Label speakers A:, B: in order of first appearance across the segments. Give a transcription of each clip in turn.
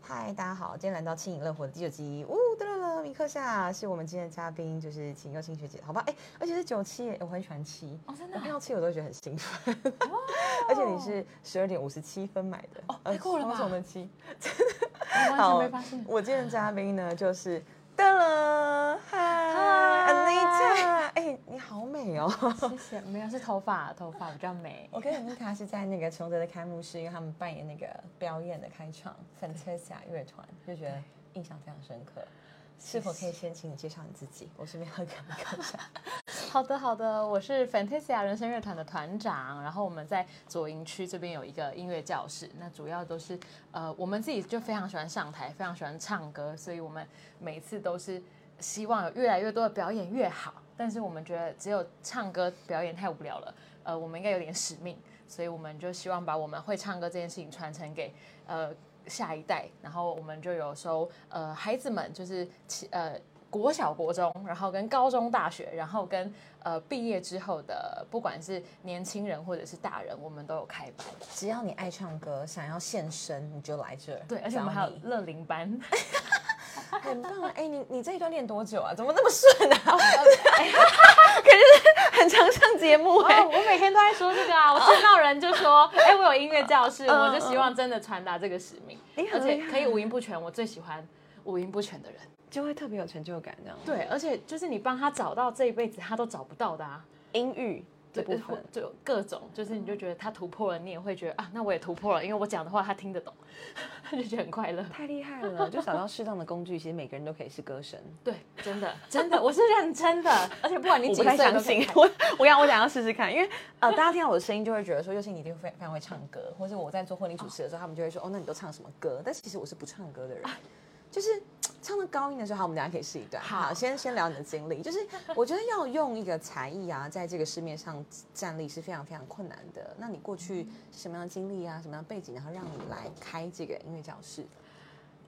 A: 嗨，大家好，今天来到轻盈乐活的第九集，呜，哒啦啦，米克夏是我们今天的嘉宾，就是秦佑清学姐，好吧？哎、而且是九七耶，我很喜欢七，
B: 哦，真
A: 我
B: 的哦
A: 看
B: 啊
A: 到七我都觉得很兴奋， 而且你是十二点五十七分买的，呃
B: 哦太酷了吧嗯
A: 双重的七，
B: 我完全没发现。
A: 我今天的嘉宾呢就是哒啦，嗨
B: 嗨
A: ，Anita，哎、你好美哦。
B: 谢谢，没有是头发，头发比较美。
A: 我跟 Anita 是在那个崇德的开幕式，因为他们扮演那个表演的开场 Fantasia 乐团，就觉得印象非常深刻。是否可以先请你介绍你自 己？我顺便喝个一下。
B: 好的，好的，我是 Fantasia 人生乐团的团长，然后我们在左营区这边有一个音乐教室，那主要都是呃，我们自己就非常喜欢上台，非常喜欢唱歌，所以我们每次都是希望有越来越多的表演越好，但是我们觉得只有唱歌表演太无聊了，呃，我们应该有点使命，所以我们就希望把我们会唱歌这件事情传承给呃下一代，然后我们就有收呃孩子们就是其呃国小、国中，然后跟高中、大学，然后跟呃毕业之后的，不管是年轻人或者是大人，我们都有开班。
A: 只要你爱唱歌，想要献身，你就来这儿。
B: 对，而且我们还
A: 找
B: 有
A: 你
B: 乐龄班，
A: 很棒啊！哎、你你这一段练多久啊？怎么那么顺啊？ 可是很常上节目哎、
B: 哦，我每天都在说这个啊，我见到人就说，哎、我有音乐教室，
A: 嗯
B: 我就希望真的传达这个使 命，
A: 你很
B: 而
A: 厉
B: 且
A: 害
B: 可以五音不全，我最喜欢五音不全的人。
A: 就会特别有成就感这样。
B: 对，而且就是你帮他找到这一辈子他都找不到的啊。
A: 音域这
B: 对，
A: 部
B: 或
A: 分，
B: 就各种，就是你就觉得他突破了，你也会觉得啊，那我也突破了，因为我讲的话他听得懂， 他就觉得很快乐。
A: 太厉害了！就找到适当的工具，其实每个人都可以是歌神。
B: 对，真的，真的，我是认真的，而且不管你
A: 我
B: 几
A: 不
B: 岁
A: 太
B: 都
A: 相
B: 可以
A: 信
B: 看，
A: 我我想我想要试试看，因为呃，大家听到我的声音就会觉得说，尤其你一定会非常会唱歌，或是我在做婚礼主持的时候，他们就会说，哦，那你都唱什么歌？但其实我是不唱歌的 人，就是唱到高音的时候，好，我们等一下可以试一段。
B: 好
A: 先先聊你的经历， 就是我觉得要用一个才艺啊，在这个市面上站立是非常非常困难的。那你过去
B: 嗯
A: 是什么样的经历啊，什么样的背景，然后让你来开这个音乐教室？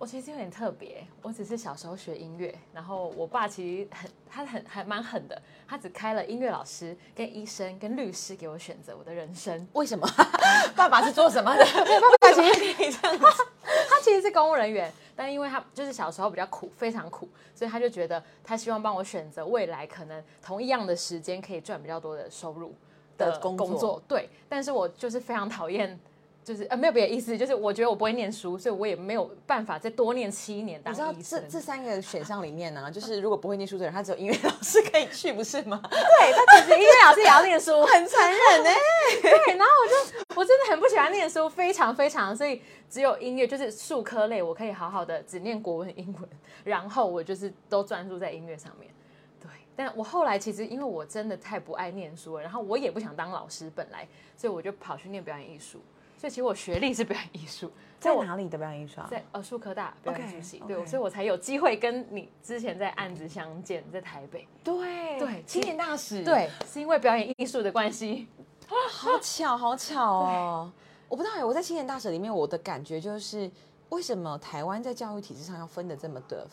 B: 我其实有点特别，我只是小时候学音乐，然后我爸其实很，他很还蛮狠的，他只开了音乐老师、跟医生、跟律师给我选择我的人生。
A: 为什么？ 爸爸是做什么的？ 爸爸其实可以这样子。
B: 他其实是公务人员，但因为他就是小时候比较苦，非常苦，所以他就觉得他希望帮我选择未来可能同一样的时间可以赚比较多的收入
A: 的工作
B: 工作。对，但是我就是非常讨厌。就是呃没有别的意思，就是我觉得我不会念书，所以我也没有办法再多念七年当
A: 你知道
B: 医
A: 这
B: 生。
A: 这三个选项里面呢、啊 就是如果不会念书的人，他只有音乐老师可以去，不是吗？
B: 对他其实音乐老师也要念 书，
A: 很残 忍哎、
B: 对，然后我就我真的很不喜欢念书，非常非常，所以只有音乐就是数科类，我可以好好的只念国文、英文，然后我就是都专注在音乐上面。对，但我后来其实因为我真的太不爱念书了，然后我也不想当老师，本来，所以我就跑去念表演艺术。所以其实我学历是表演艺术，
A: 在
B: 我
A: 哪里的表演艺术啊？
B: 在呃数科大表演艺术系
A: OK，
B: 对，
A: OK
B: 所以我才有机会跟你之前在案子相见，在台北。
A: 对
B: 对
A: 青年大使，，
B: 对，是因为表演艺术的关系。
A: 好巧，好巧哦！我不知道哎、我在青年大使里面，我的感觉就是，为什么台湾在教育体制上要分的这么的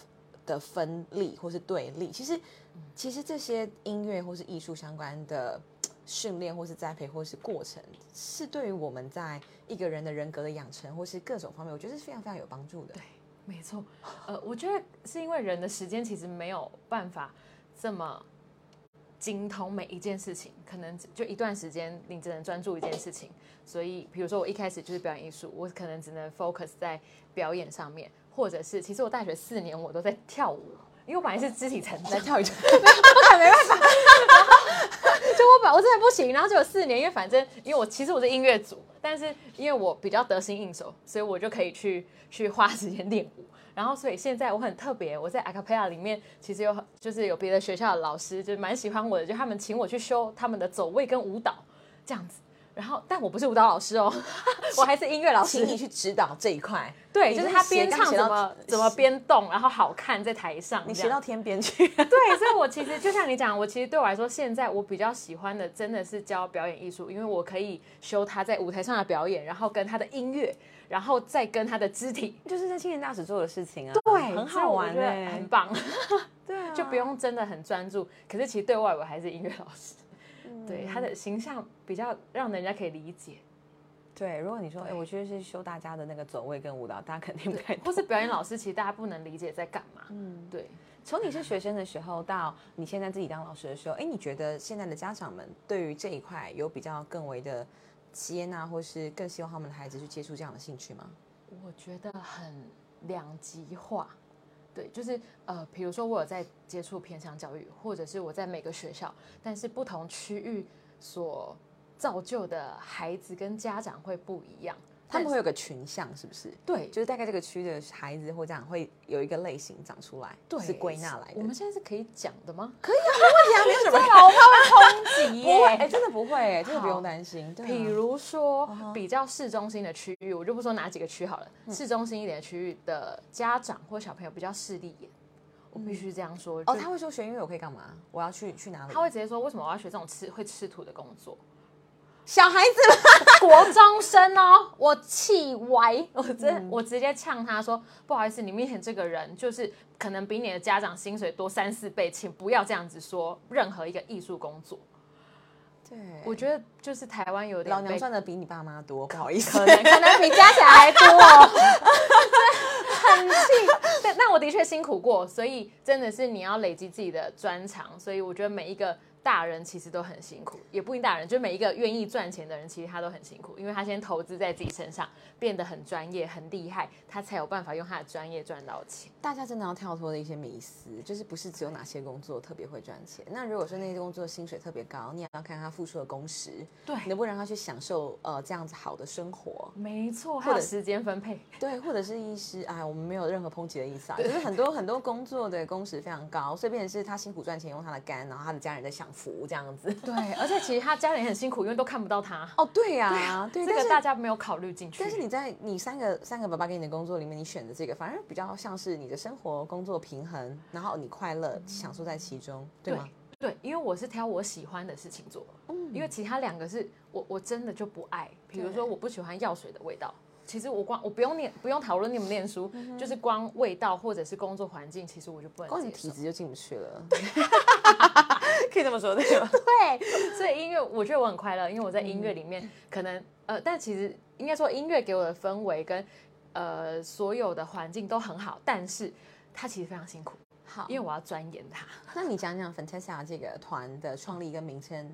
A: 的分立或是对立？其实，
B: 嗯
A: 其实这些音乐或是艺术相关的嘖训练或是栽培或是过程，是对于我们在一个人的人格的养成或是各种方面，我觉得是非常非常有帮助的。
B: 没错，呃，我觉得是因为人的时间其实没有办法这么精通每一件事情，可能只就一段时间你只能专注一件事情。所以，比如说我一开始就是表演艺术，我可能只能 focus 在表演上面，或者是其实我大学四年我都在跳舞，因为我本来是肢体成
A: 来
B: 长，
A: 跳一 段。
B: 就我本我真的不行，然后就有四年，因为反正因为我其实我是音乐组，但是因为我比较得心应手，所以我就可以去去花时间练舞。然后所以现在我很特别，我在 a cappella 里面其实有很就是有别的学校的老师就蛮喜欢我的，就他们请我去修他们的走位跟舞蹈这样子。然后但我不是舞蹈老师哦， 我还是音乐老 师
A: 请。你去指导这一块。
B: 对，
A: 你
B: 就是
A: 是
B: 他
A: 斜
B: 边
A: 杠
B: 唱
A: 斜
B: 怎
A: 到
B: 么怎么边动，然后好看在台上这样。
A: 你斜到天边去。
B: 对，所以我其实就像你讲，我其实对我来说，现在我比较喜欢的真的是教表演艺术，因为我可以修他在舞台上的表演，然后跟他的音乐，然后再跟他的肢体，
A: 就是在青年大使做的事情啊，很
B: 所以
A: 好
B: 我
A: 玩
B: 觉得
A: 哎、
B: 很棒，
A: 对啊，
B: 就不用真的很专注。可是其实对外我
A: 嗯
B: 还是音乐老师，对他的形象比较让人家可以理解。
A: 对，如果你说，哎，我去是修大家的那个走位跟舞蹈，大家肯定不太
B: 或
A: 懂。
B: 是表演老师，其实大家不能理解在干嘛。嗯，对，
A: 从你是学生的时候到你现在自己当老师的时候，哎，你觉得现在的家长们对于这一块有比较更为的接纳，或是更希望他们的孩子去接触这样的兴趣吗？
B: 我觉得很两极化。对，就是呃，比如说我有在接触偏向教育，或者是我在每个学校，但是不同区域所造就的孩子跟家长会不一样。
A: 他们
B: 但
A: 会
B: 是
A: 有个群像，是不是？
B: 对，
A: 就是大概这个区的孩子或家长会有一个类型长出来，
B: 对
A: 是归纳来的。
B: 我 们现在是可以讲的吗？
A: 对啊，没有什么
B: 我怕会抨击
A: 不会，
B: 耶。
A: 哎，真的不会，哎，真的不
B: 好
A: 用担心。对啊
B: 比如说比较市中心的区域，我就不说哪几个区好了，市中心一点的区域的家长或小朋友比较势利眼，我必须这样说。
A: 哦，
B: 就
A: 他会说学音乐我可以干嘛？我要去去哪里？
B: 他会直接说，为什么我要学这种吃会吃土的工作？
A: 小孩子嘛，
B: 国中生哦，我气歪，我真、我直接呛他说，不好意思，你面前这个人就是可能比你的家长薪水多三四倍，请不要这样子说任何一个艺术工作。
A: 对，
B: 我觉得就是台湾有
A: 老
B: 点
A: 娘
B: 被
A: 赚的比你爸妈多，不好意思
B: 可。能 可能比加起来还多、哦，真的很气。但但我的确辛苦过，所以真的是你要累积自己的专长。所以我觉得每一个大人其实都很辛苦，也不一定大人，就每一个愿意赚钱的人，其实他都很辛苦，因为他先投资在自己身上，变得很专业、很厉害，他才有办法用他的专业赚到钱。
A: 大家真的要跳脱的一些迷思，就是不是只有哪些工作特别会赚钱。那如果说那些工作薪水特别高，你也要看他付出的工时，
B: 对
A: 能不能让他去享受呃这样子好的生活。
B: 没错，还有
A: 或者
B: 时间分配。
A: 对，或者是医师，哎，我们没有任何抨击的意思啊，就是很多很多工作的工时非常高，所以变成是他辛苦赚钱，用他的肝，然后他的家人在享福这样子。
B: 对，而且其实他家人也很辛苦，因为都看不到他。
A: 哦，对呀、啊，对，
B: 这
A: 但
B: 个
A: 是
B: 大家没有考虑进去。
A: 但是你在你三个三个爸爸给你的工作里面，你选的这个反而比较像是你的生活工作平衡，然后你快乐享受在其中，嗯对吗？
B: 对，因为我是挑我喜欢的事情做，因为其他两个是我我真的就不爱，比如
A: 嗯对
B: 说我不喜欢药水的味道。其实我光我不用念不用讨论念不念书，就是光味道或者是工作环境，其实我就不
A: 嗯光你
B: 能接
A: 体
B: 受。
A: 质就进不去了， 可以这么说对 吗？
B: 对，所以音乐我觉得我很快乐，因为我在音
A: 嗯
B: 乐里面可能呃，但其实应该说音乐给我的氛围跟呃所有的环境都很好，但是它其实非常辛苦，
A: 好，
B: 因为我要钻研它。
A: 那你讲讲 Fantasia 这个团的创立跟名称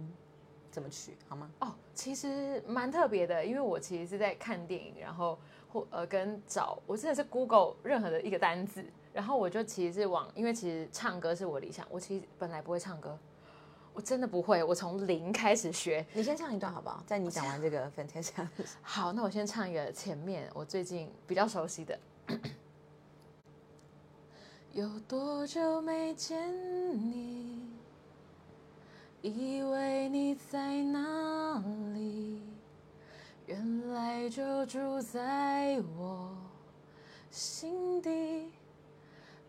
A: 怎么取好吗？
B: 哦，其实蛮特别的，因为我其实是在看电影，然后或呃跟找，我真的是 Google 任何的一个单字，然后我就其实是往，因为其实唱歌是我理想，我其实本来不会唱歌，我真的不会，我从零开始学。
A: 你先唱一段好不好？在你讲完这个 Fantasia，的时候
B: 好，那我先唱一个前面我最近比较熟悉的。 有多久没见你？以为你在哪里？原来就住在我心底，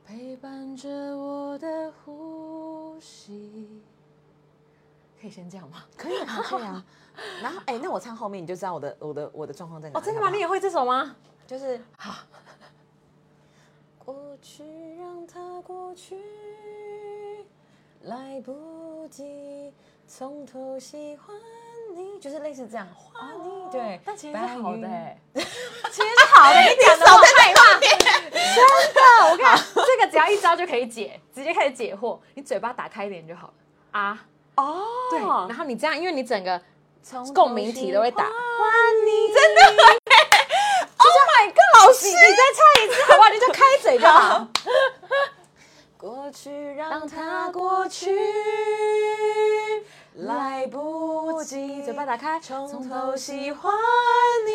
B: 陪伴着我的呼吸。可以先这样吗？
A: 可以啊，可以啊。 然后哎、那我唱后面你就知道我的我的我哦的状况在哪里。好不好
B: 也会这首哦吗？
A: 就是
B: 过去让它过去，
A: 来不及从头喜欢你，就是类似这样。花你、对，
B: 哦但其实是好的、
A: 白
B: 欸， 其实 是好的，你讲的好害怕，真的，我看这个只要一招就可以解，直接开始解惑，你嘴巴打开一点就好了啊，
A: 云哦，Oh
B: 对，然后你这样，因为你整个
A: 从头
B: 共鸣体都会打
A: 喜欢你真的会。Oh my god！老师，你再唱一次好不好？你就开嘴就好。过去让它过去，来 不及。
B: 嘴巴打开，
A: 从
B: 从
A: 头
B: 头
A: 喜
B: 吸，
A: 欢你，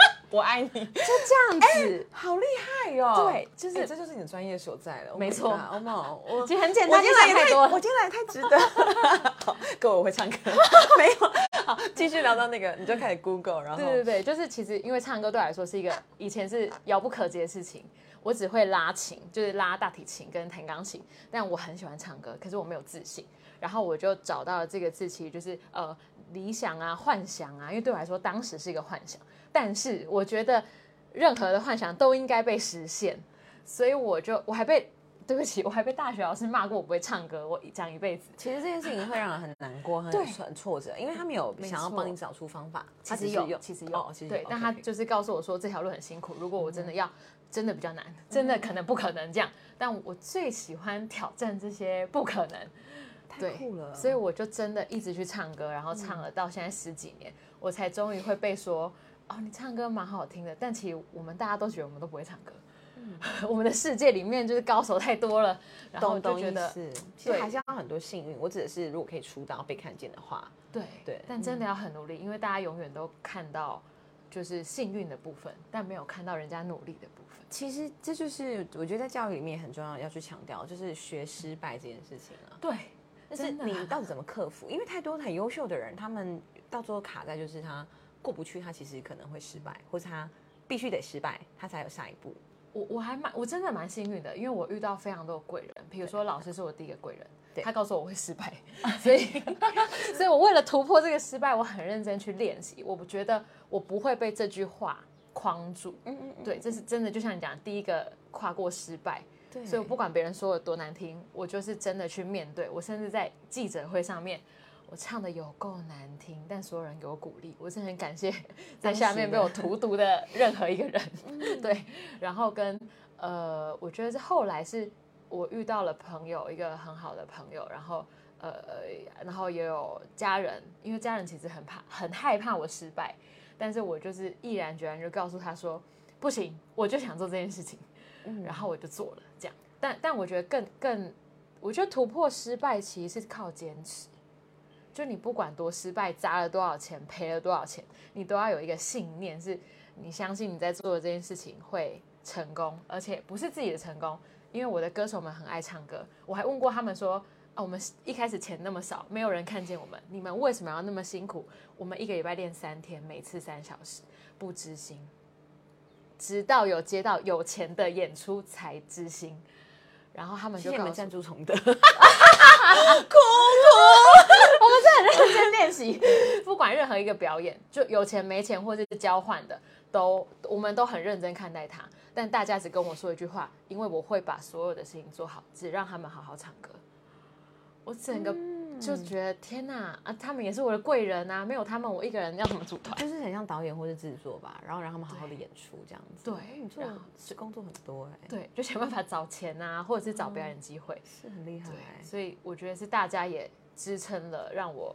A: 我爱你，
B: 就这样子，
A: 好厉害哟、哦
B: 对就是
A: 哎这就是你的专业所在了。
B: 没错
A: 欧梦，我
B: 其实很简
A: 我
B: 单，
A: 今
B: 就
A: 天
B: 想
A: 也
B: 太
A: 太
B: 多
A: 我
B: 了。
A: 今天来太值得。 好，各位我会唱歌， 没有。好，继续聊到那个，你就开始 Google，然后
B: 对对对，就是其实因为唱歌对我来说是一个以前是遥不可及的事情，我只会拉琴，就是拉大提琴跟弹钢琴，但我很喜欢唱歌，可是我没有自信。然后我就找到了这个字，其实就是呃理想啊、幻想啊，因为对我来说当时是一个幻想，但是我觉得任何的幻想都应该被实现，所以我就我还被。对不起，我还被大学老师骂过我不会唱歌，我讲一辈子。
A: 其实这件事情会让人很难过，很
B: 对
A: 很挫折，因为他没有想要帮你找出方法，
B: 其
A: 他
B: 实
A: 只是
B: 有，其实有，
A: 哦其实有
B: 对，但他
A: OK 嗯
B: 就是告诉我说这条路很辛苦，如果我真的要，真的比较难，真的可能不可能这样。但我最喜欢挑战这些不可能，
A: 太
B: 对
A: 酷了，嗯
B: 所以我就真的一直去唱歌，然后唱了到现在十几年，我才终于会被说哦，你唱歌蛮好听的。但其实我们大家都觉得我们都不会唱歌，
A: 嗯
B: 我们的世界里面就是高手太多了，然后
A: 懂
B: 就
A: 懂
B: 觉
A: 意
B: 得
A: 思，其实
B: 对
A: 还是要很多幸运。我只是如果可以出道被看见的话，
B: 对
A: 对嗯
B: 但真的要很努力，因为大家永远都看到就是幸运的部分，但没有看到人家努力的部分。
A: 其实这就是我觉得在教育里面很重要要去强调，就是学失败这件事情啊。
B: 对，
A: 但是
B: 真的啊
A: 你到底怎么克服？因 为太多很优秀的人，他们到最后卡在就是他过不去，他其实可能会失败，或是他必须得失败，他才有下一步。
B: 我我还蛮我真的蛮幸运的，因为我遇到非常多的贵人，比如说老师是我第一个贵人，
A: 对
B: 他告诉我我会失 败，所以 所以我为了突破这个失败，我很认真去练习，我觉得我不会被这句话框住。
A: 嗯嗯嗯，
B: 对，这是真的，就像你讲，第一个跨过失败，
A: 对
B: 所以我不管别人说的多难听，我就是真的去面对。我甚至在记者会上面，我唱的有够难听，但所有人给我鼓励，我真的很感谢在下面被我荼毒的任何一个人。 对，然后跟呃，我觉得是后来是我遇到了朋友，一个很好的朋友，然后。呃，然后也有家人，因为家人其实很怕、很害怕我失败，但是我就是毅然决然就告诉他说，不行，我就想做这件事情。然后我就做了这样。但但我觉得更更，我觉得突破失败其实是靠坚持。就你不管多失败，砸了多少钱，赔了多少钱，你都要有一个信念，是你相信你在做的这件事情会成功，而且不是自己的成功。因为我的歌手们很爱唱歌，我还问过他们说：“啊，我们一开始钱那么少，没有人看见我们，你们为什么要那么辛苦？我们一个礼拜练三天，每次三小时，不知心。”直到有接到有钱的演出才知心。然后他们
A: 谢
B: 就
A: 谢你
B: 告
A: 们
B: 诉
A: 赞助崇 德，
B: 认真练习，不管任何一个表演，就有钱没钱或者是交换的，都我们都很认真看待它。但大家只跟我说一句话，因为我会把所有的事情做好，只让他们好好唱歌。我整个就觉得、天哪啊，他们也是我的贵人啊，没有他们，我一个人要怎么组团？
A: 就是很像导演或是制作吧，然后让他们好好的演出这样子。
B: 对
A: 哎你做
B: 然后
A: 是工作很多哎、
B: 对，就想办法找钱啊，或者是找表演机会。
A: 是很厉害、哎
B: 所以我觉得是大家也支撑了，让我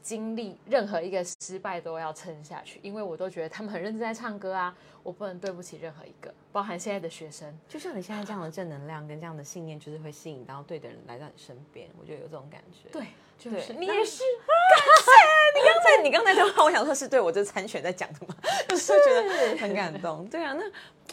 B: 经历任何一个失败都要撑下去，因为我都觉得他们很认真在唱歌啊， 我不能对不起任何一个，包含现在的学生。
A: 就像你现在这样的正能量跟这样的信念，就是会吸引到对的人来到你身边，我觉得有这种感觉。
B: 对，就
A: 对，
B: 是
A: 那
B: 你也是，
A: 刚才你刚才的话，我想说是对我这参选在讲的吗？ 就是觉得很感动。对啊，那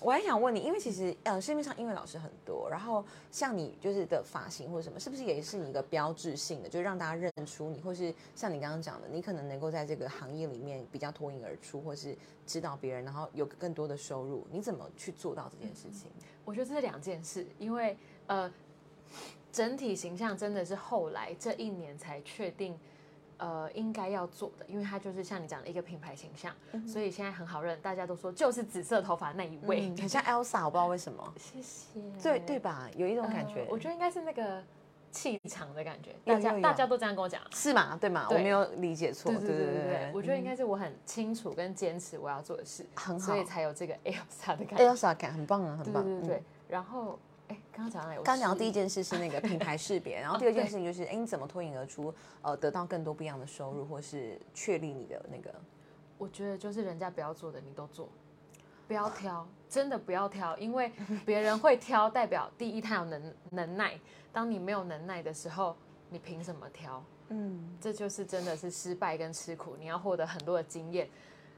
A: 我还想问你，因为其实呃市面上英文老师很多，然后像你就是的发型或者什么，是不是也是你一个标志性的，就让大家认出你，或是像你刚刚讲的，你可能能够在这个行业里面比较脱颖而出，或是指导别人，然后有更多的收入，你怎么去做到这件事情？
B: 我觉得这是两件事，因为呃，整体形象真的是后来这一年才确定。呃，应该要做的，因为它就是像你讲的一个品牌形象，所以现在很好认，大家都说就是紫色头发那一位，
A: 嗯很像 Elsa，我不知道为什么，
B: 谢谢。
A: 对对吧？有一种感觉，
B: 呃我觉得应该是那个气场的感觉，
A: 有
B: 大家
A: 有哦有
B: 大家都这样跟我讲。啊
A: 是嘛？对嘛？我
B: 对
A: 没有理解错，
B: 对对对对对，我觉得
A: 嗯
B: 应该是我很清楚跟坚持我要做的事，
A: 很好
B: 所以才有这个 Elsa 的感觉。
A: Elsa 感很棒啊，很
B: 对
A: 棒。
B: 对对
A: 嗯
B: 对对。然后，哎，刚刚讲到哪里？
A: 刚讲到
B: 第
A: 第
B: 一
A: 一件事是那个品牌识别，然后第二件事情就是，哎，你怎么脱颖而出，呃，得到更多不一样的收入，或是确立你的那个，
B: 我觉得就是人家不要做的你都做，不要挑，真的不要挑，因为 别人会挑，代表第一他有能能耐，当你没有能耐的时候，你凭什么挑？
A: 嗯，
B: 这就是真的是失败跟吃苦，你要获得很多的经验，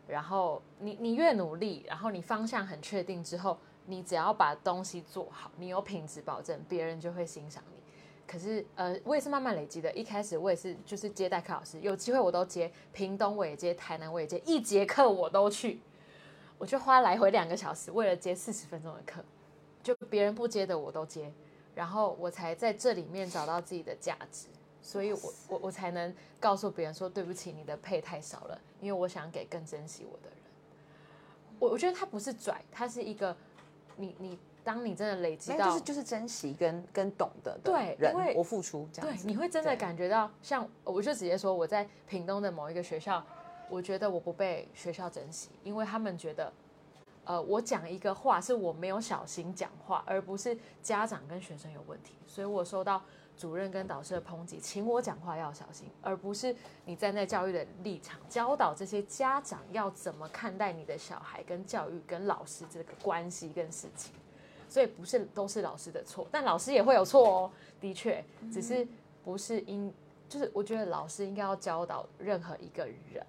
B: 然后你你越努力，然后你方向很确定之后，你只要把东西做好，你有品质保证，别人就会欣赏你。可是呃，我也是慢慢累积的，一开始我也是就是接代课老师，有机会我都接，屏东我也接，台南我也接，一节课我都去，我就花来回两个小时，为了接四十分钟的课，就别人不接的我都接，然后我才在这里面找到自己的价值。所以我我我才能告诉别人说对不起，你的配太少了，因为我想给更珍惜我的人。我我觉得他不是拽，他是一个你你当你真的累积
A: 没有就
B: 到
A: 是就是珍惜跟跟懂得的
B: 对
A: 人
B: 因为，
A: 我付出这样
B: 对，
A: 子。
B: 你会真的
A: 对
B: 感觉到，像我就直接说，我在屏东的某一个学校，我觉得我不被学校珍惜，因为他们觉得，呃，我讲一个话是我没有小心讲话，而不是家长跟学生有问题，所以我受到主任跟导师的抨击，请我讲话要小心，而不是你站在教育的立场教导这些家长要怎么看待你的小孩跟教育跟老师这个关系跟事情。所以不是都是老师的错，但老师也会有错哦，的确，只
A: 嗯
B: 是不是应，就是我觉得老师应该要教导任何一个人，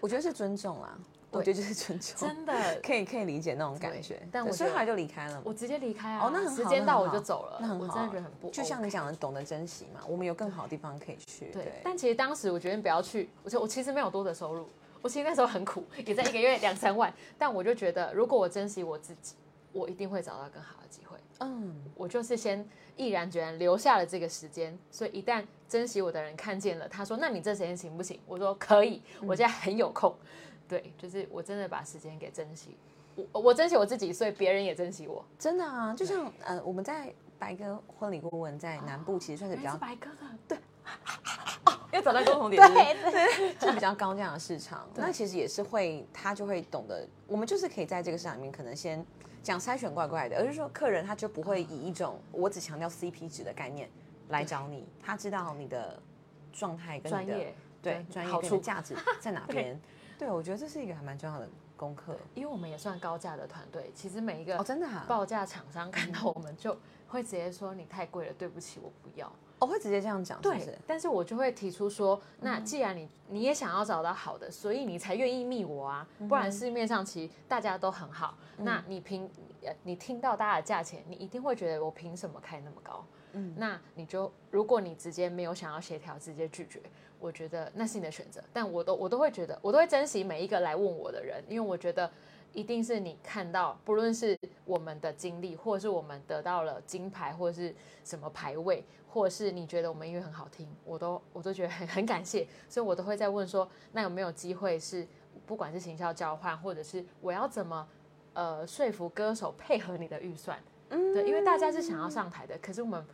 A: 我觉得是尊重啦，我
B: 对
A: 觉得就是尊重，
B: 真的，
A: 可以可以理解那种感觉
B: 对。但
A: 对
B: 我
A: 所以
B: 觉
A: 后
B: 得
A: 来就离开了嘛。
B: 我直接离开啊，
A: 哦，那很好，
B: 时间到
A: 那
B: 我
A: 很好
B: 就走了，
A: 那很好，
B: 我真的觉得很不 OK，
A: 就像你讲的，懂得珍惜嘛，我们有更好的地方可以去。
B: 对，但其实当时我决定不要去，我就我其实没有多的收入，我其实那时候很苦，也在一个月两三万，但我就觉得如果我珍惜我自己，我一定会找到更好的机会。
A: 嗯，
B: 我就是先毅然决然留下了这个时间，所以一旦珍惜我的人看见了，他说：“那你这时间行不行？”我说：“可以，
A: 嗯
B: 我现在很有空。对，就是我真的把时间给珍惜，我我珍惜我自己，所以别人也珍惜我。
A: 真的啊，就像呃，我们在白哥婚礼顾问在南
B: 哦
A: 部其实哎算是比较
B: 白哥的，
A: 要找到共同点，
B: 对对，
A: 就是比较高价的市场，那其实也是会，他就会懂得，我们就是可以在这个市场里面，可能先讲筛选怪怪的，而是说客人他就不
B: 嗯
A: 会以一种我只强调 CP 值的概念来找你，他知道你的状态跟
B: 专
A: 你的
B: 业
A: 对专业
B: 好
A: 跟你的
B: 处，
A: 价 值在哪边，对我觉得这是一个还蛮重要的功课
B: 因为我们也算高价的团队，其实每一个
A: 哦，嗯真的啊，
B: 报价厂商看到我们就会直接说：“你太贵了，对不起，我不要。”
A: 我会直接这样讲，是不嗯是
B: 对？，但是我就会提出说，那既然你你也想要找到好的，所以你才愿意密我啊，
A: 嗯
B: 不然市面上其实大家都很好，那你凭呃你听到大家的价钱，你一定会觉得我凭什么开那么高？
A: 嗯
B: 那你就如果你直接没有想要协调，直接拒绝，我觉得那是你的选择，但我都我都会觉得，我都会珍惜每一个来问我的人，因为我觉得。一定是你看到，不论是我们的经历，或者是我们得到了金牌，或者是什么排位，或者是你觉得我们音乐很好听，我都我都觉得很很感谢，所以我都会在问说，那有没有机会是不管是行销交换，或者是我要怎么呃说服歌手配合你的预算？
A: 嗯
B: 对，因为大家是想要上台的，可是我们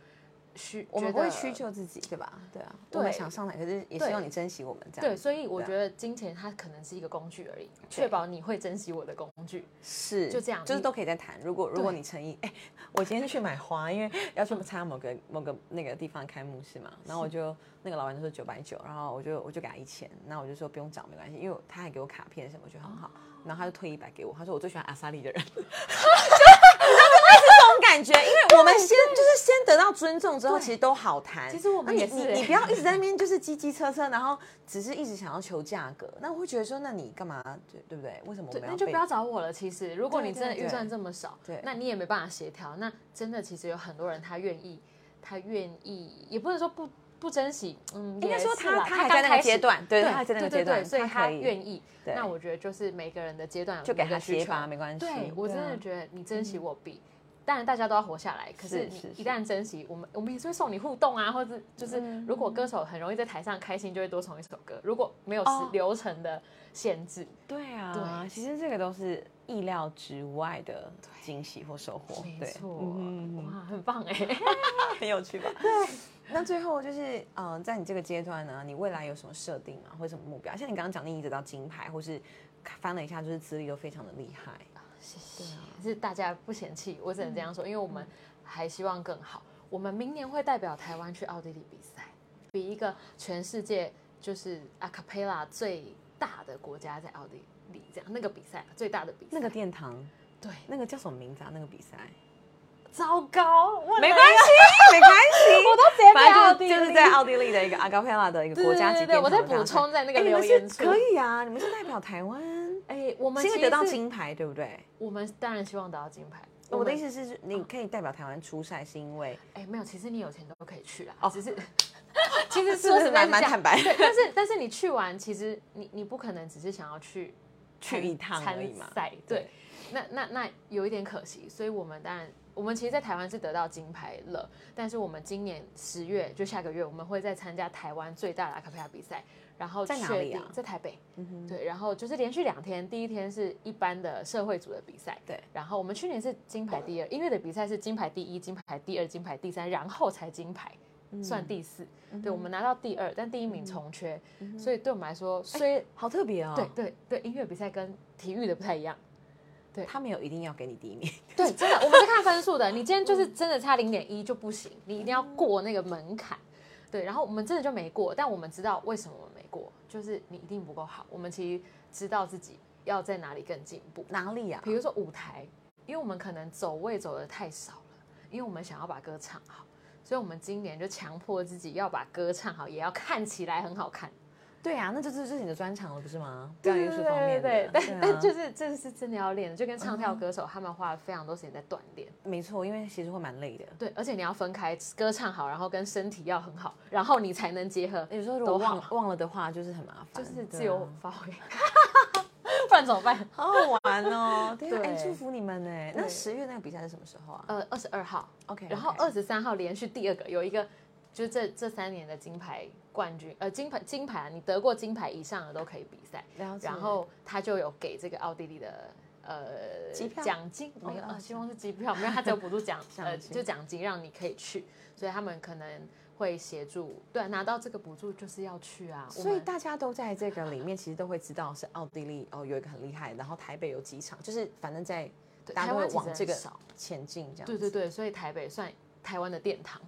B: 需
A: 我们
B: 觉
A: 不会
B: 得
A: 屈就自己，对吧？对啊，
B: 对
A: 我们想上来，可是也希望你珍惜我们这样
B: 对，
A: 子，
B: 所以我
A: 对啊
B: 觉得金钱它可能是一个工具而已，确保你会珍惜我的工具。
A: 是，
B: 就这样
A: 就是
B: 你
A: 都可以再谈。如果如果
B: 对
A: 你诚意，哎、我今天去买花，因为要去参加某个某个那个地方开幕式嘛，然后我就那个老板就说九百九，然后我就我就给他一千，那我就说不用找没关系，因为他还给我卡片什么，我觉得很
B: 哦
A: 好，然后他就退一百给我，他说我最喜欢阿萨利的 人。 就你知道吗就是这种感觉，因为我们先就是先得到尊重之后，
B: 对
A: 其实都好谈。
B: 其实我们
A: 那你
B: 也是欸
A: 你你不要一直在那边就是叽叽车车，然后只是一直想要求价格，那我会觉得说，那你干嘛？对对不对？为什么我
B: 对，
A: 们要
B: 那就
A: 被
B: 不要找我了。其实，如果
A: 对
B: 你
A: 对
B: 真的
A: 对
B: 预算这么少，
A: 对
B: 那你也没办法协调。那真的，其实有很多人他愿意，他愿意，也不能说不不珍惜，嗯，
A: 应该
B: 也
A: 说
B: 是
A: 他
B: 啦
A: 他
B: 他
A: 还
B: 刚
A: 在那
B: 开
A: 个阶
B: 始
A: 段，对，
B: 对，
A: 他还在那个
B: 对
A: 阶
B: 对
A: 段，
B: 对所以他
A: 可以
B: 愿意。
A: 对
B: 那我觉得就是每个人的阶段有
A: 就给
B: 每个
A: 他
B: 需
A: 贴
B: 求
A: 吧，没关系。
B: 对我真
A: 啊
B: 的觉得你珍惜我比，当然大家都要活下来，可
A: 是
B: 是
A: 是
B: 你
A: 是
B: 一旦珍惜，我们我们也是会送你互动啊，或者
A: 嗯
B: 就是如果歌手很容易在台上开心，就会多送一首歌。如果没有时
A: 哦
B: 流程的限制，
A: 对啊，其实这个都是意料之外的惊喜或收获，
B: 没
A: 对，
B: 错，
A: 嗯
B: 哇，很棒哎、
A: 很有趣吧？对。那最后就是，嗯、在你这个阶段呢，你未来有什么设定吗，或者什么目标？像你刚刚讲，你已经得到金牌，或是翻了一下，就是资历都非常的厉害。
B: 谢谢，是大家不嫌弃，我只能这样说，因为我们还希望更好。我们明年会代表台湾去奥地利比赛，比一个全世界就是阿卡佩拉最大的国家在奥地利这样那个比赛啊最大的比赛，
A: 那个殿堂，
B: 对，
A: 那个叫什么名字啊？那个比赛？
B: 糟糕，我
A: 没关系， 没关系，我都
B: 直接被
A: 反正就
B: 奥地利
A: 就是在奥地利的一个阿高佩拉的一个国家级
B: 对
A: 殿堂的
B: 对对对我再补充在那 个
A: 大赛哎
B: 留言
A: 你们是
B: 处
A: 可以啊，你们是代表台湾，
B: 哎、我们
A: 是因为
B: 其
A: 得
B: 实
A: 到
B: 是，
A: 金牌，对不对？
B: 我们当然希望得到金牌。
A: 我的意
B: 思，
A: 思是，你可以代表台湾出赛，是因为
B: 哎、没有，其实你有钱都可以去啦，
A: 哦
B: 只是其 实
A: 是不
B: 说
A: 是
B: 实
A: 蛮
B: 在是
A: 蛮
B: 这样
A: 坦白，
B: 对，但是但是你去完，其实你你不可能只是想要去
A: 去一趟
B: 参
A: 而已嘛。
B: 赛，
A: 对
B: 对，那那那有一点可惜，所以我们当然我们其实，在台湾是得到金牌了，但是我们今年十月就下个月，我们会再参加台湾最大的阿卡贝拉比赛，然后
A: 在哪
B: 确
A: 里啊
B: 定在台北，对，然后就是连续两天，第一天是一般的社会组的比赛，
A: 对，
B: 然后我们去年是金牌第二，音乐的比赛是金牌第一、金牌第二、金牌第三，然后才金牌。算第四，对我们拿到第二，但第一名重缺，所以对我们来说，虽
A: 好特别哦。
B: 对，对对，音乐比赛跟体育的不太一样。
A: 他没有一定要给你第一名，
B: 对，真 的，我们是看分数的。你今天就是真的差零点一就不行，你一定要过那个门槛。对，然后我们真的就没过，但我们知道为什么我们没过，就是你一定不够好。我们其实知道自己要在哪里更进步。
A: 哪里啊
B: 比？如说舞台，因为我们可能走位走的太少了，因为我们想要把歌唱好，所以我们今年就强迫自己要把歌唱好，也要看起来很好看。
A: 对啊，那就是这是你的专长了，不是吗？
B: 对
A: 表演艺术方面的，
B: 对对对嗯
A: 啊
B: 但但就是这是真的要练的，就跟唱跳歌手他们花了非常多时间在锻炼。
A: 没错，因为其实会蛮累的。
B: 对，而且你要分开，歌唱好，然后跟身体要很好，然后你才能结合，
A: 有时候如果
B: 都好
A: 忘忘了的话，就是很麻
B: 就
A: 烦，
B: 是
A: 对啊
B: 自由发 挥，不然怎么办？
A: 好好玩哦！ 天啊，
B: 对
A: 哎，祝福你们呢。那
B: 对
A: 十月那个比赛是什么时候啊
B: 呃，二十二号，
A: ？OK，
B: 然后二十三号连续第二个有一个，就是这这三年的金牌冠军，呃，金牌金牌啊，你得过金牌以上的都可以比赛，
A: 了解，
B: 然后他就有给这个奥地利的呃
A: 机票
B: 奖金，没有，
A: 哦
B: 呃希望是机票，没有，他只有补助
A: ，
B: 奖
A: 奖
B: 呃，
A: 金
B: 就奖金让你可以去，所以他们可能会协助，对，啊拿到这个补助就是要去啊，我
A: 所以
B: 们
A: 大家都在这个里面，其实都会知道是奥地利哦，有一个很厉害，然后台北有几场，就是反正在
B: 对
A: 大家
B: 台
A: 都会
B: 湾其实
A: 往这个
B: 很少，
A: 前进这样。
B: 对对对，所以台北算台湾的殿堂。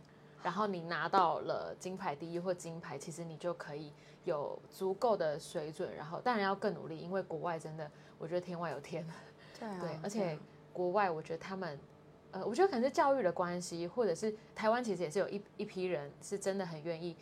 B: 然后你拿到了金牌第一或金牌，其实你就可以有足够的水准，然后当然要更努力，因为国外真的，我觉得天外有天，
A: 对啊
B: 对，而且国外我觉得他们，呃，我觉得可能是教育的关系，或者是台湾其实也是有一一批人是真的很愿意，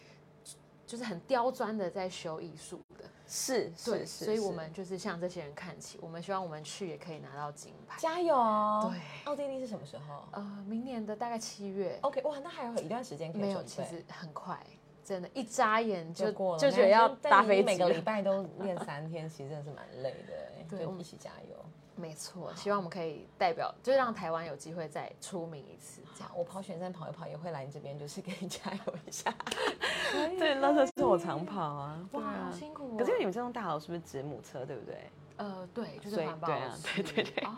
B: 就是很刁钻的在修艺术的，
A: 是是
B: 对，
A: 是，
B: 所以我
A: 是
B: 们就是向这些人看齐，我们希望我们去也可以拿到金牌。
A: 加油。哦
B: 对，
A: 奥地利是什么时候
B: 呃，明年的大概七月，
A: ？OK，哇，那还哦有一段时间可以
B: 没有，
A: 准备
B: 其实很快，真的，一眨眼就
A: 就过了，
B: 就
A: 没
B: 觉得
A: 关
B: 要
A: 系
B: 搭
A: 但你
B: 飞机
A: 每个
B: 了
A: 礼拜都 练三天，其实真的是蛮累的欸。
B: 对我
A: 就
B: 们
A: 一起加油。
B: 没错，希望我们可以代表，就是让台湾有机会再出名一次，这样。
A: 我跑选战跑一跑也会来你这边，就是给你 加油一下。
B: 对
A: 那时候是我常跑啊。
B: 哇，好
A: 对啊
B: 辛苦、哦。
A: 可是因为你们这栋大楼是不是指母车，对不对？
B: 呃，对，就是
A: 所以
B: 环保
A: 对啊
B: 师
A: 对对对
B: 哦，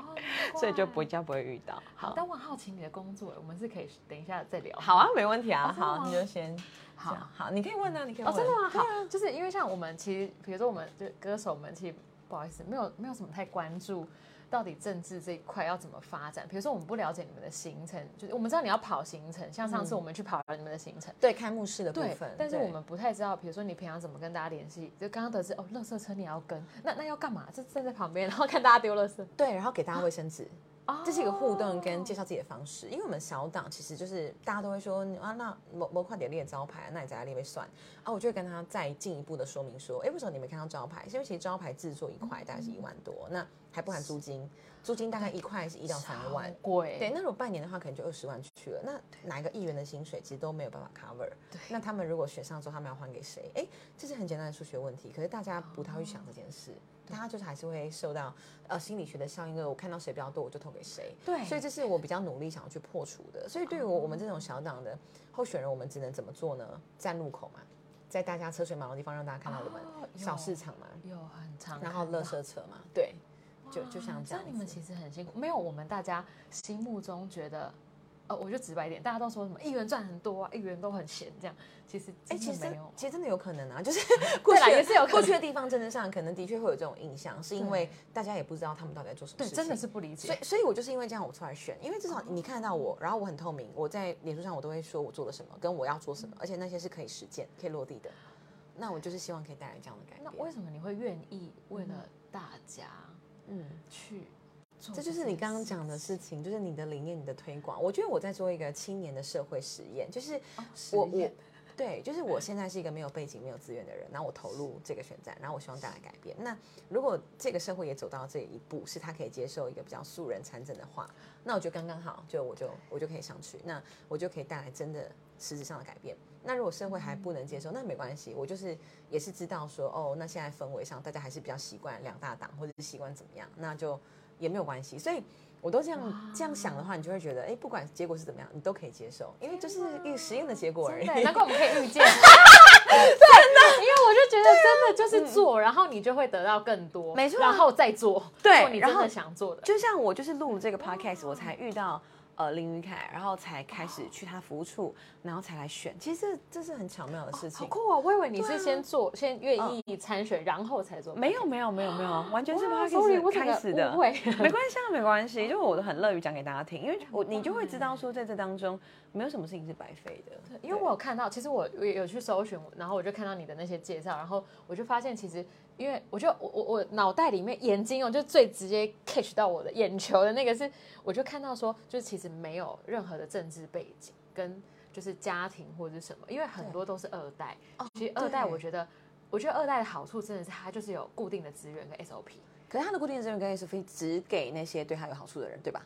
A: 所以就不
B: 难怪
A: 比较不会遇到。
B: 好，但我很好奇你的工作，我们是可以等一下再聊。
A: 好啊，没问题啊。
B: 哦真的
A: 好，
B: 吗
A: 你就先
B: 好
A: 这样好，你可以问啊，你可以
B: 哦，
A: 问。
B: 真的吗？好，就是因为像我们其实，比如说我们就歌手们，其实不好意思，没有没有什么太关注到底政治这一块要怎么发展。比如说我们不了解你们的行程，就是我们知道你要跑行程，像上次我们去跑了你们的行程。
A: 对，开幕式的部
B: 对
A: 分，，
B: 但
A: 嗯
B: 是
A: 对
B: 我们不太知道，比如说你平常怎么跟大家联系？就刚刚得知哦，垃圾车你也要跟，那那要干嘛？就站在旁边，然后看大家丢垃圾。
A: 对，然后给大家卫生纸。
B: 哦
A: 这是一个互动跟介绍自己的方式，因为我们小党其实就是大家都会说啊，那某某快点列招牌，那你在哪列被算啊？我就会跟他再进一步的说明说，哎，为什么你没看到招牌？是因为其实招牌制作一块大概是一万多，那还不含租金，租金大概一块是一到三万
B: 好。贵，
A: 对，那如果半年的话，可能就二十万去了。那哪一个议员的薪水其实都没有办法 cover。那他们如果选上之后，他们要还给谁？哎，这是很简单的数学问题，可是大家不太会想这件事。
B: 哦
A: 大家就是还是会受到呃心理学的效应，就是我看到谁比较多，我就投给谁。
B: 对哦
A: 所以这是我比较努力想要去破除的。所以对于我我们这种小党的候选人，我们只能怎么做呢？站路口嘛，在大家车水马龙的地方让大家看到我们
B: 哦，有
A: 小市场嘛，
B: 有啊很长，
A: 然后垃圾车嘛，对，就就像这样
B: 啊你们
A: 子
B: 其实很辛苦，没有我们大家心目中觉得，呃，我就直白一点，大家都说什么议员赚很多啊，议员都很闲这样，其实
A: 哎、
B: 真
A: 其
B: 的
A: 实
B: 没
A: 真
B: 有。
A: 其实真的有可能啊，就是 过去
B: 啦
A: 的
B: 也是有可能
A: 过去的地方政治上，可能的确会有这种印象，是因为
B: 对
A: 大家也不知道他们到底在做什么
B: 对，
A: 事情，
B: 真的是。不理
A: 所
B: 解哦
A: 以，。所以我就是因为这样，我出来选，因为至少你看得到我，然后我很透明，我在脸书上我都会说我做了什么，跟我要做什么，
B: 嗯
A: 而且那些是可以实践、可以落地的。那我就是希望可以带来这样的改
B: 那
A: 变。
B: 为什么你会愿意为了大家
A: 嗯，
B: 去做？
A: 这就是你刚刚讲的，事情，就是你的理念、你的推广。我觉得我在做一个青年的社会实验，就是
B: 哦
A: 我
B: 实
A: 我
B: 验
A: 对，就是我现在是一个没有背景、没有资源的人，然后我投入这个选战，然后我希望带来改变。那如果这个社会也走到这一步，是他可以接受一个比较素人参政的话，那我觉得刚刚好，就我就我就可以上去，那我就可以带来真的实质上的改变。那如果社会还不能接受，那没关系，我就是也是知道说，哦，那现在氛围上大家还是比较习惯两大党，或者是习惯怎么样，那就也没有关系。所以我都这样这样想的话，你就会觉得，哎，不管结果是怎么样，你都可以接受，因为就是一个实验的结果而已。
B: 对，难 怪我们可以遇见。真的，因为我就觉得真的就是做，然后你就会得到更多，
A: 啊嗯没错啊
B: 然后再做，
A: 对
B: 做你真
A: 然后
B: 的想做的，
A: 就像我就是录了这个 podcast，我才遇到呃林云凯，然后才开始去他服务处，然后才来选。其实这这是很巧妙的事
B: 好
A: 情。
B: 酷哦！我以为你
A: 对
B: 是
A: 啊嗯
B: 先做，先愿意参选，然后才做。
A: 没有没有没有没有，完全是
B: 哇
A: podcast
B: sorry，我整个
A: 开始的
B: 误。 会
A: 没关系啊，没关系，就我都很乐于讲给大家听，因为我你就会知道说，在这当中没有什么事情是白费的。
B: 因为我有看到，其实我我也有去搜寻，然后我就看到你的那些介绍，然后我就发现，其实因为我就我我我脑袋里面眼睛哦，就最直接 catch 到我的眼球的那个是，我就看到说，就是其实没有任何的政治背景跟就是家庭或者是什么，因为很多都是二代。其实二代
A: 哦对
B: 我觉得，我觉得二代的好处真的是它就是有固定的资源跟 SOP。
A: 可是他的固定资源跟 SFP 只给那些对他有好处的人，对吧？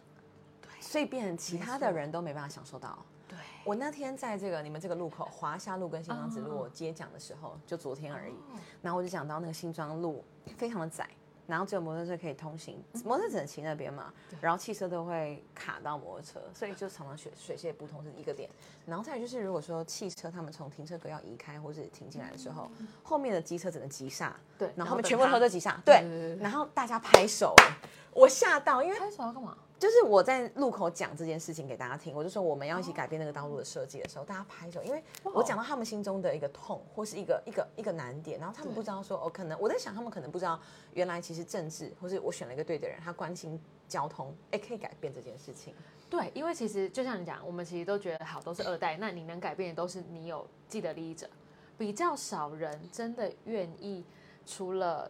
A: 对，所以变成其他的人都没办法享受到。
B: 对，
A: 我那天在这个你们这个路口华夏路跟新庄子
B: 嗯嗯嗯
A: 路我接讲的时候，就昨天而已。
B: 哦
A: 然后我就讲到那个新庄路非常的窄，然后只有摩托车可以通行，
B: 嗯
A: 摩托车只能骑那边嘛，然后汽车都会卡到摩托车，所以就常常水水泄不通是一个点。然后再来就是，如果说汽车他们从停车格要移开或是停进来的时候，后面的机车只能急刹，
B: 嗯对
A: 然
B: 然
A: 后
B: 后
A: 后面
B: 等
A: 全部
B: 他
A: 都在急刹，
B: 对
A: 对
B: 对对对，对
A: 然后大家拍手、哎我吓到，因为
B: 开始哎要干嘛？
A: 就是我在路口讲这件事情给大家听，我就说我们要一起改变那个道路的设计的时候，大家拍手，因为我讲到他们心中的一个痛或是一个一个一个难点，然后他们不知道说哦，可能我在想他们可能不知道，原来其实政治或是我选了一个对的人，他关心交通，哎，可以改变这件事情。
B: 对，因为其实就像你讲，我们其实都觉得好都是二代，那你能改变的都是你有既得利益者，比较少人真的愿意除了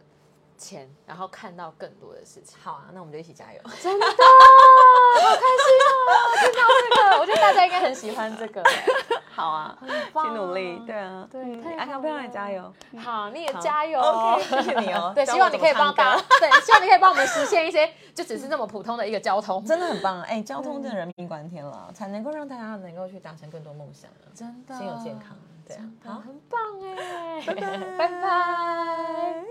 B: 钱，然后看到更多的事情。
A: 好啊，那我们就一起加油。
B: 真的，好 开心哦！听到这个，我觉得大家应该很喜欢 这个，
A: 好啊，
B: 很
A: 去
B: 棒
A: 努力，对啊，
B: 对
A: 嗯
B: 太好
A: 阿康不要你加油。
B: 好，啊你也
A: 好
B: 加油
A: OK，谢谢你 哦
B: 对，
A: 教
B: 希
A: 我
B: 望你
A: 怎
B: 可以
A: 么唱
B: 帮大 家，对，希望你可以帮我们实现一些，就只是那么普通的一个交通。
A: 真的很棒啊！哎、交通真的人命关天了，啊才能够让大家能够去达成更多梦想啊，
B: 真的
A: 心有健康，对啊，
B: 欸好，很棒哎，拜拜。